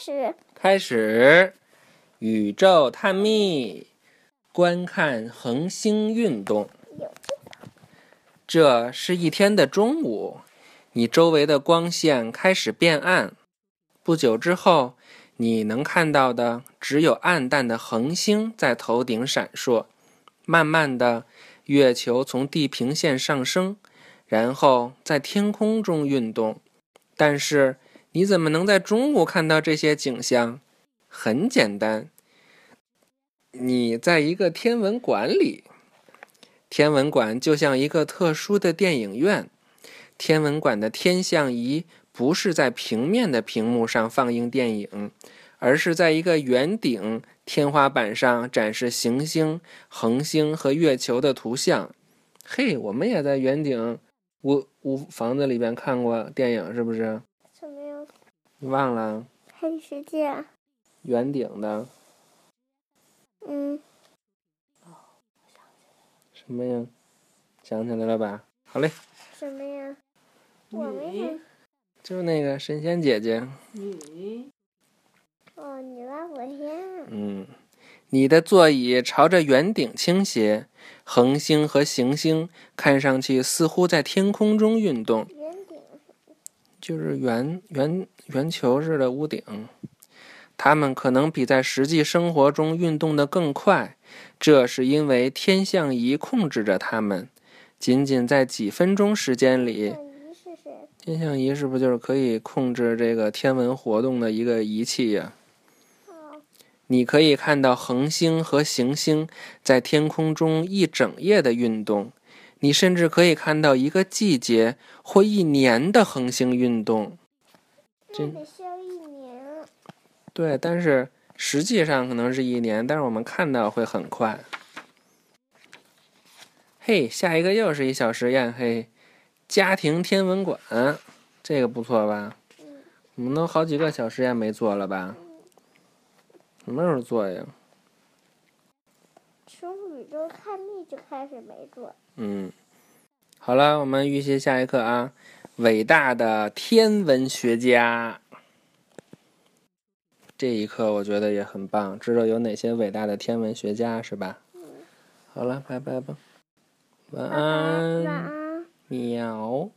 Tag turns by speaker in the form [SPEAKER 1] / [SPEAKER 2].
[SPEAKER 1] 始，
[SPEAKER 2] 开始宇宙探秘，观看恒星运动。这是一天的中午，你周围的光线开始变暗。不久之后，你能看到的只有暗淡的恒星在头顶闪烁。慢慢的，月球从地平线上升，然后在天空中运动。但是，你怎么能在中午看到这些景象？很简单，你在一个天文馆里。天文馆就像一个特殊的电影院，天文馆的天象仪不是在平面的屏幕上放映电影，而是在一个圆顶天花板上展示行星、恒星和月球的图像。嘿，我们也在圆顶屋屋房子里边看过电影，是不是？
[SPEAKER 1] 怎么样？
[SPEAKER 2] 你忘了
[SPEAKER 1] 看世界，
[SPEAKER 2] 圆顶的
[SPEAKER 1] 嗯，
[SPEAKER 2] 什么呀？想起来了吧？好嘞，
[SPEAKER 1] 什么呀？我没
[SPEAKER 2] 就是那个神仙姐姐。
[SPEAKER 3] 你
[SPEAKER 1] 看。哦，你让我先。
[SPEAKER 2] 嗯，你的座椅朝着圆顶倾斜，恒星和行星看上去似乎在天空中运动，
[SPEAKER 1] 圆顶，
[SPEAKER 2] 就是圆圆圆球似的屋顶。它们可能比在实际生活中运动得更快，这是因为天象仪控制着它们。仅仅在几分钟时间里，
[SPEAKER 1] 那你是谁？
[SPEAKER 2] 天象仪是不是就是可以控制这个天文活动的一个仪器呀、
[SPEAKER 1] 哦，
[SPEAKER 2] 你可以看到恒星和行星在天空中一整夜的运动，你甚至可以看到一个季节或一年的恒星运动。
[SPEAKER 1] 那
[SPEAKER 2] 真
[SPEAKER 1] 得需要一年。
[SPEAKER 2] 对，但是实际上可能是一年，但是我们看到会很快。嘿，下一个又是一小实验，嘿，家庭天文馆，这个不错吧？
[SPEAKER 1] 嗯
[SPEAKER 2] 我们都好几个小实验没做了吧？
[SPEAKER 1] 嗯，
[SPEAKER 2] 什么时候做呀？
[SPEAKER 1] 从宇宙探秘就开始没做。
[SPEAKER 2] 嗯，好了，我们预习下一课啊。伟大的天文学家，这一课我觉得也很棒，知道有哪些伟大的天文学家是吧？
[SPEAKER 1] 嗯，
[SPEAKER 2] 好了，拜拜吧，晚
[SPEAKER 1] 晚安。晚
[SPEAKER 2] 安，
[SPEAKER 1] 安。
[SPEAKER 2] 喵。